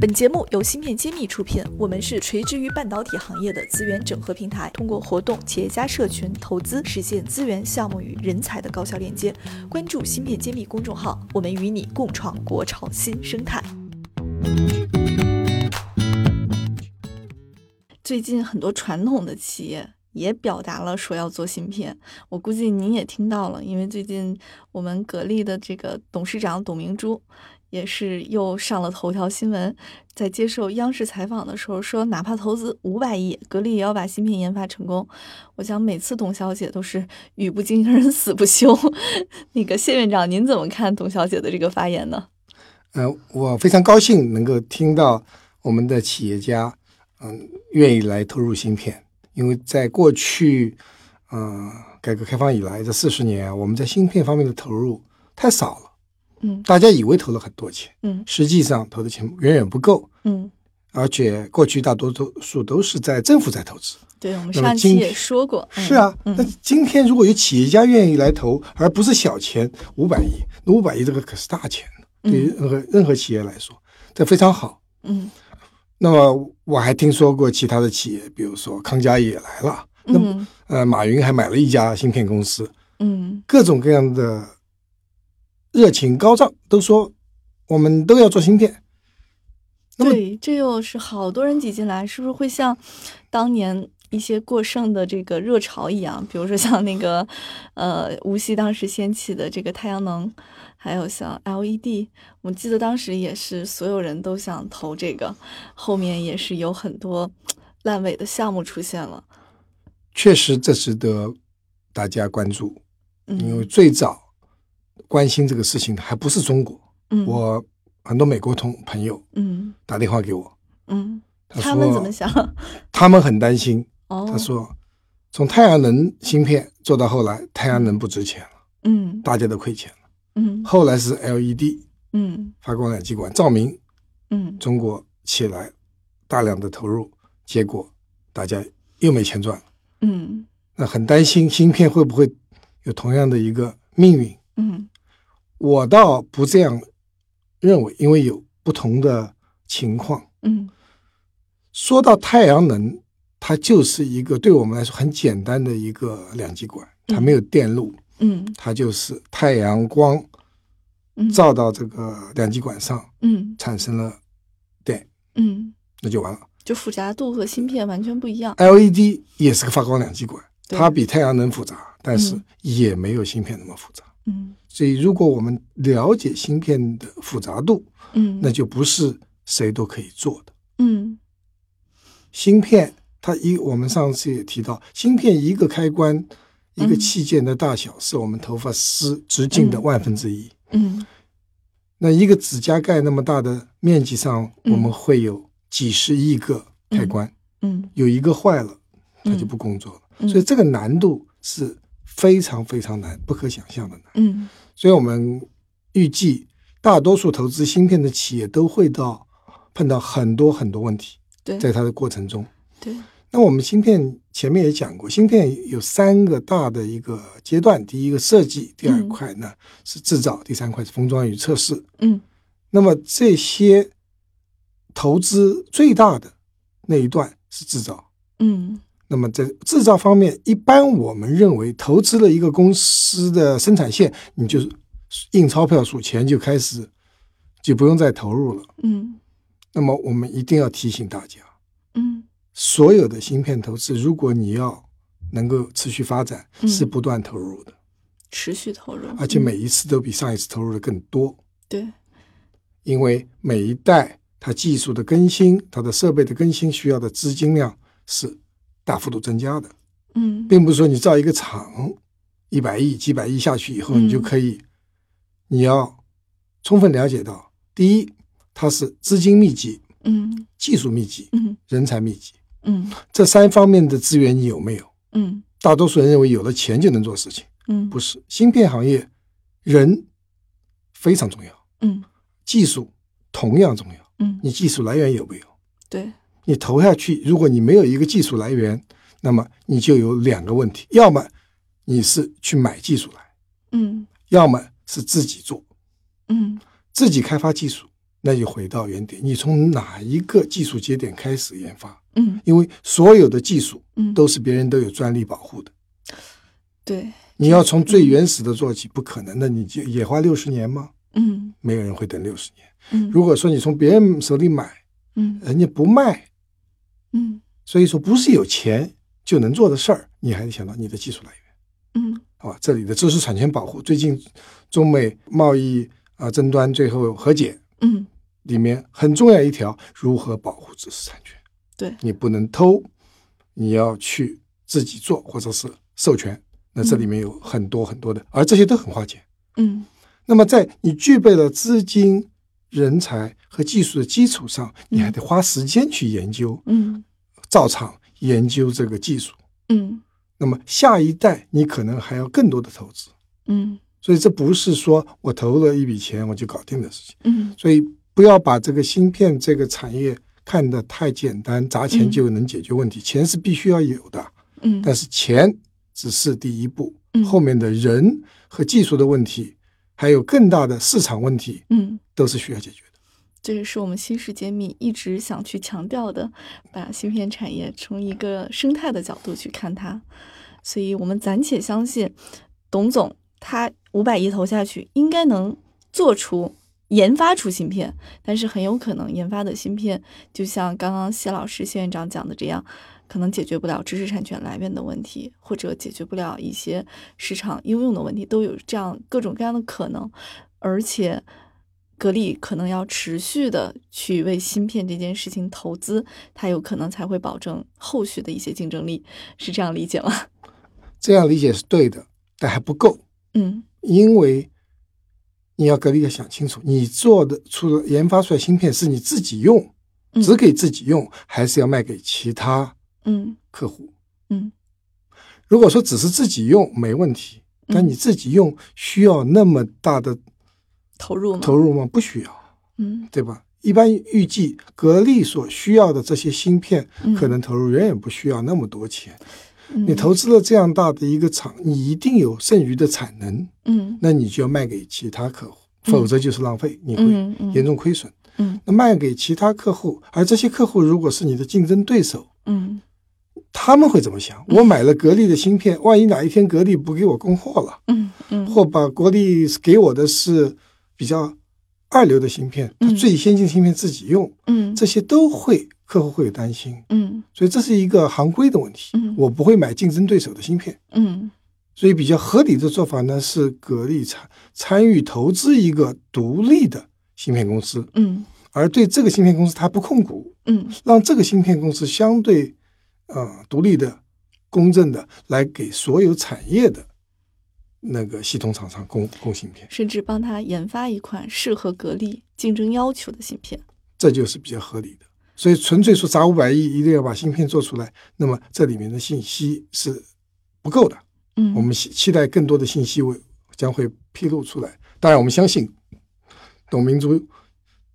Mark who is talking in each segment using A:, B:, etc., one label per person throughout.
A: 本节目由芯片揭秘出品，我们是垂直于半导体行业的资源整合平台，通过活动、企业家社群、投资，实现资源、项目与人才的高效链接。关注芯片揭秘公众号，我们与你共创国潮新生态。最近很多传统的企业也表达了说要做芯片，我估计您也听到了，因为最近我们格力的这个董事长董明珠也是又上了头条新闻，在接受央视采访的时候说，哪怕投资五百亿，格力也要把芯片研发成功。我想每次董小姐都是语不惊人 死不休。那个谢院长，您怎么看董小姐的这个发言呢？
B: 嗯，我非常高兴能够听到我们的企业家，嗯，愿意来投入芯片，因为在过去，嗯，改革开放以来这四十年啊，我们在芯片方面的投入太少了。
A: 嗯
B: 大家以为投了很多钱，
A: 嗯
B: 实际上投的钱远远不够，
A: 嗯，
B: 而且过去大多数都是在政府在投资。
A: 对我们
B: 那么
A: 上
B: 今
A: 期也
B: 天
A: 说过，嗯
B: 是啊，那
A: 嗯
B: 今天如果有企业家愿意来投，而不是小钱五百亿，那五百亿这个可是大钱，对于任何任何企业来说，这非常好。
A: 嗯
B: 那么我还听说过其他的企业，比如说康佳也来了，那么、
A: 嗯
B: 呃，马云还买了一家芯片公司，
A: 嗯
B: 各种各样的热情高涨，都说我们都要做芯片。那么
A: 对，这又是好多人挤进来，是不是会像当年一些过剩的这个热潮一样？比如说像那个，呃，无锡当时掀起的这个太阳能，还有像 LED，我记得当时也是所有人都想投这个，后面也是有很多烂尾的项目出现了。
B: 确实，这值得大家关注，因为
A: 嗯，
B: 最早关心这个事情的还不是中国，
A: 嗯
B: 我很多美国同朋友
A: 嗯
B: 打电话给我，
A: 嗯，
B: 他
A: 他们怎么
B: 说
A: 想？
B: 他们很担心，
A: 哦，
B: 他说从太阳能芯片做到后来，太阳能不值钱了，
A: 嗯
B: 大家都亏钱了。
A: 嗯
B: 后来是 LED
A: 嗯
B: 发光两极管，照明
A: 嗯
B: 中国起来大量的投入，结果大家又没钱赚了，
A: 嗯
B: 那很担心芯片会不会有同样的一个命运。
A: 嗯
B: 我倒不这样认为，因为有不同的情况。
A: 嗯
B: 说到太阳能，它就是一个对我们来说很简单的一个两极管，它没有电路，
A: 嗯
B: 它就是太阳光
A: 嗯，
B: 照到这个两极管上
A: 嗯
B: 产生了电，
A: 嗯。
B: 那就完了。
A: 就复杂度和芯片完全不一样。
B: LED E 也是个发光两极管，
A: 对
B: 它比太阳能复杂，但是
A: 嗯
B: 也没有芯片那么复杂。
A: 嗯
B: 所以，如果我们了解芯片的复杂度，
A: 嗯
B: 那就不是谁都可以做的。
A: 嗯
B: 芯片，它一我们上次也提到，芯片一个开关，一个
A: 嗯
B: 器件的大小是我们头发丝直径的
A: 嗯
B: 万分之一。
A: 嗯
B: 那一个指甲盖那么大的面积上，
A: 嗯
B: 我们会有几十亿个开关，
A: 嗯
B: 有一个坏了，它就
A: 嗯
B: 不工作了。
A: 嗯
B: 所以这个难度是非常非常难，不可想象的难。
A: 嗯
B: 所以我们预计，大多数投资芯片的企业都会到碰到很多很多问题，
A: 对
B: 在它的过程中。
A: 对
B: 那我们芯片前面也讲过，芯片有三个大的一个阶段，第一个设计，第二
A: 嗯
B: 块呢、是制造，第三块是封装与测试。
A: 嗯
B: 那么这些投资最大的那一段是制造。
A: 嗯
B: 那么在制造方面，一般我们认为投资了一个公司的生产线，你就印钞票数钱就开始，就不用再投入了。
A: 嗯
B: 那么我们一定要提醒大家，
A: 嗯
B: 所有的芯片投资，如果你要能够持续发展，
A: 嗯
B: 是不断投入的，
A: 持续投入，
B: 而且每
A: 嗯
B: 一次都比上一次投入的更多，
A: 对
B: 因为每一代它技术的更新、它的设备的更新需要的资金量是大幅度增加的，
A: 嗯
B: 并不是说你造一个厂一百亿、几百亿下去以后，
A: 嗯
B: 你就可以，你要充分了解到，第一，它是资金密集、
A: 嗯
B: 技术密集、
A: 嗯
B: 人才密集
A: 嗯
B: 这三方面的资源你有没有？
A: 嗯
B: 大多数人认为有了钱就能做事情，
A: 嗯
B: 不是。芯片行业人非常重要，
A: 嗯
B: 技术同样重要。
A: 嗯
B: 你技术来源有没有？
A: 对
B: 你投下去，如果你没有一个技术来源，那么你就有两个问题：要么你是去买技术来，
A: 嗯
B: 要么是自己做，
A: 嗯
B: 自己开发技术，那就回到原点，你从哪一个技术节点开始研发？
A: 嗯
B: 因为所有的技术
A: 嗯，
B: 都是别人都有专利保护的，
A: 对，
B: 你要从最原始的做起，不可能的。你就也花六十年吗？
A: 嗯
B: 没有人会等六十年。
A: 嗯，
B: 如果说你从别人手里买，
A: 嗯
B: 人家不卖，
A: 嗯
B: 所以说不是有钱就能做的事儿，你还得想到你的技术来源。
A: 嗯
B: 好吧，这里的知识产权保护，最近中美贸易啊、争端最后和解
A: 嗯
B: 里面很重要一条，如何保护知识产权？
A: 对
B: 你不能偷，你要去自己做或者是授权。那这里面有很多很多的，而这些都很花钱。
A: 嗯
B: 那么在你具备了资金、人才和技术的基础上，你还得花时间去研究、
A: 嗯
B: 造厂、研究这个技术。
A: 嗯
B: 那么下一代你可能还要更多的投资。
A: 嗯
B: 所以这不是说我投了一笔钱我就搞定的事情。
A: 嗯
B: 所以不要把这个芯片这个产业看得太简单，砸钱就能解决问题。钱是必须要有的，
A: 嗯
B: 但是钱只是第一步
A: 嗯，
B: 后面的人和技术的问题，还有更大的市场问题，
A: 嗯。
B: 都是需要解决的。
A: 这也是我们新世揭秘一直想去强调的，把芯片产业从一个生态的角度去看它。所以我们暂且相信，董总他五百亿投下去，应该能做出研发出芯片，但是很有可能研发的芯片，就像刚刚谢老师、谢院长讲的这样。可能解决不了知识产权来源的问题，或者解决不了一些市场应用的问题，都有这样各种各样的可能。而且格力可能要持续的去为芯片这件事情投资，它有可能才会保证后续的一些竞争力，是这样理解吗？
B: 这样理解是对的，但还不够，
A: 嗯
B: 因为你要格力要想清楚，你做的出了研发出来芯片是你自己用
A: 嗯，
B: 只给自己用，还是要卖给其他
A: 嗯
B: 客户？
A: 嗯
B: 如果说只是自己用没问题，
A: 嗯
B: 但你自己用需要那么大的
A: 投入吗？
B: 投入吗？不需要，
A: 嗯
B: 对吧？一般预计格力所需要的这些芯片
A: 嗯，
B: 可能投入远远不需要那么多钱。你
A: 嗯
B: 投资了这样大的一个厂，你一定有剩余的产能，
A: 嗯
B: 那你就要卖给其他客户，
A: 嗯
B: 否则就是浪费，你会
A: 嗯
B: 严
A: 嗯
B: 重亏损。
A: 嗯
B: 那卖给其他客户，而这些客户如果是你的竞争对手，
A: 嗯
B: 他们会怎么想？我买了格力的芯片，万一哪一天格力不给我供货了，
A: 嗯嗯
B: 或把格力给我的是比较二流的芯片，它
A: 嗯
B: 最先进的芯片自己用，
A: 嗯
B: 这些都会客户会有担心，
A: 嗯
B: 所以这是一个行规的问题
A: 嗯。
B: 我不会买竞争对手的芯片，
A: 嗯
B: 所以比较合理的做法呢是格力参参与投资一个独立的芯片公司，
A: 嗯
B: 而对这个芯片公司它不控股，
A: 嗯
B: 让这个芯片公司相对呃独立的、公正的来给所有产业的那个系统厂商供供芯片，
A: 甚至帮他研发一款适合格力竞争要求的芯片。
B: 这就是比较合理的。所以纯粹说砸五百亿一定要把芯片做出来，那么这里面的信息是不够的。
A: 嗯，
B: 我们期期待更多的信息为将会披露出来。当然，我们相信董明珠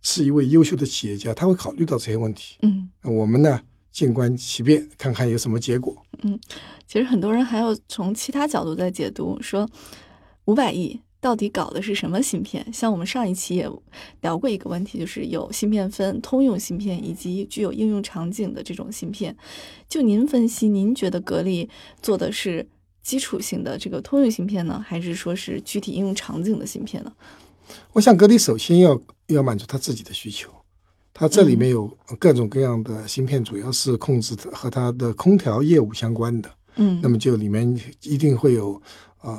B: 是一位优秀的企业家，他会考虑到这些问题。
A: 嗯。
B: 我们呢，静观其变，看看有什么结果。
A: 其实很多人还有从其他角度在解读，说五百亿到底搞的是什么芯片？像我们上一期也聊过一个问题，就是有芯片分通用芯片以及具有应用场景的这种芯片。就您分析，您觉得格力做的是基础性的这个通用芯片呢，还是说是具体应用场景的芯片呢？
B: 我想格力首先要要满足他自己的需求，它这里面有各种各样的芯片，主要是控制它和它的空调业务相关的。
A: 嗯，
B: 那么就里面一定会有啊、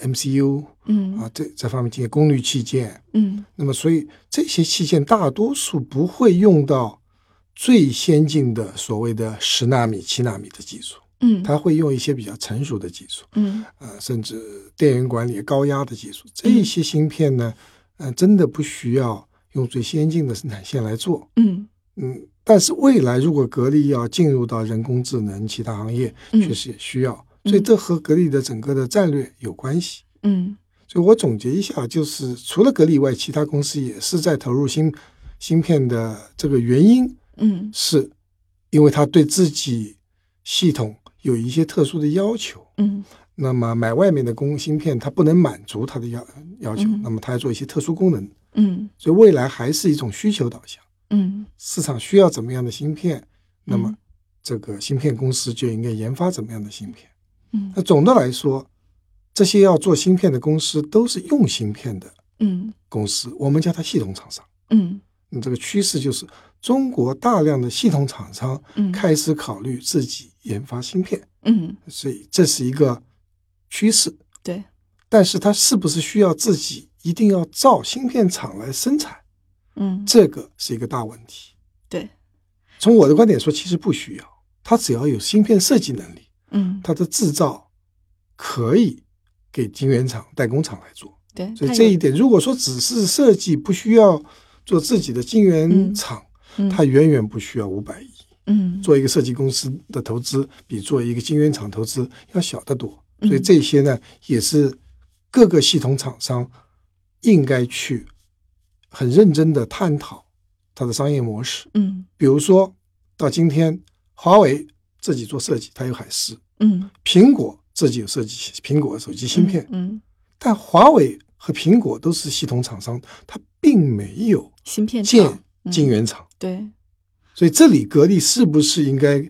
B: 呃 MCU
A: 嗯
B: 啊这这方面这些功率器件。
A: 嗯
B: 那么所以这些器件大多数不会用到最先进的所谓的十纳米、七纳米的技术，
A: 嗯
B: 它会用一些比较成熟的技术。
A: 嗯
B: 呃，甚至电源管理、高压的技术，这一些芯片呢，呃，真的不需要用最先进的生产线来做。
A: 嗯
B: 嗯，但是未来如果格力要进入到人工智能其他行业，
A: 嗯
B: 确实也需要，所以
A: 嗯
B: 这和格力的整个的战略有关系。
A: 嗯
B: 所以我总结一下，就是除了格力以外，其他公司也是在投入芯芯片的这个原因，
A: 嗯
B: 是因为它对自己系统有一些特殊的要求。
A: 嗯
B: 那么买外面的供芯片，它不能满足它的要要求
A: 嗯，
B: 那么它要做一些特殊功能，
A: 嗯
B: 所以未来还是一种需求导向，
A: 嗯
B: 市场需要怎么样的芯片，那么
A: 嗯
B: 这个芯片公司就应该研发怎么样的芯片。
A: 嗯
B: 那总的来说，这些要做芯片的公司都是用芯片的
A: 嗯
B: 公司，我们叫它系统厂商。
A: 嗯
B: 嗯，这个趋势就是中国大量的系统厂商
A: 嗯，
B: 开始考虑自己研发芯片，
A: 嗯
B: 所以这是一个趋势。
A: 对，
B: 但是它是不是需要自己一定要造芯片厂来生产，
A: 嗯
B: 这个是一个大问题。
A: 对，
B: 从我的观点说，其实不需要，它只要有芯片设计能力，
A: 嗯
B: 它的制造可以给晶圆厂、代工厂来做。
A: 对，
B: 所以
A: 它
B: 这
A: 有
B: 一点，如果说只是设计，不需要做自己的晶圆厂，
A: 嗯
B: 它远远不需要五百亿。
A: 嗯
B: 做一个设计公司的投资，比做一个晶圆厂投资要小得多。
A: 嗯
B: 所以这些呢，也是各个系统厂商应该去很认真的探讨它的商业模式。
A: 嗯
B: 比如说到今天，华为自己做设计，它有海思；
A: 嗯
B: 苹果自己有设计苹果手机芯片，
A: 嗯
B: 但华为和苹果都是系统厂商，它并没有
A: 芯片
B: 建
A: 厂嗯
B: 晶圆厂。
A: 对
B: 所以这里格力是不是应该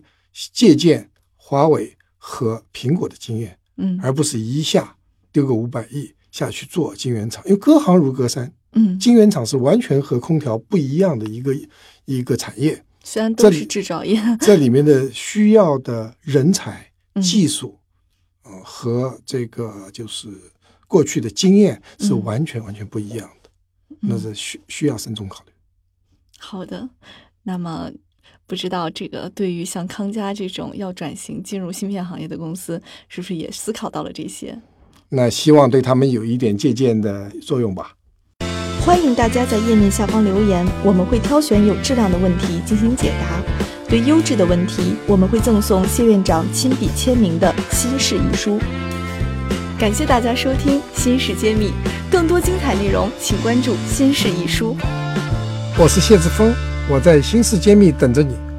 B: 借鉴华为和苹果的经验，
A: 嗯
B: 而不是一下丢个五百亿下去做晶圆厂？因为隔行如隔山，
A: 嗯
B: 晶圆厂是完全和空调不一样的一个一个产业，
A: 虽然
B: 这
A: 都
B: 里
A: 是制造业
B: 这里面的需要的人才、
A: 嗯
B: 技术，呃，和这个就是过去的经验是
A: 嗯
B: 完全完全不一样的，那
A: 嗯
B: 是需需要慎重考虑。
A: 好的，那么不知道这个对于像康佳这种要转型进入芯片行业的公司，是不是也思考到了这些？
B: 那希望对他们有一点借鉴的作用吧。
C: 欢迎大家在页面下方留言，我们会挑选有质量的问题进行解答。对优质的问题，我们会赠送谢院长亲笔签名的《新事一书》。
A: 感谢大家收听《新事揭秘》，更多精彩内容请关注《新事一书》。
B: 我是谢志峰，我在新世揭秘等着你。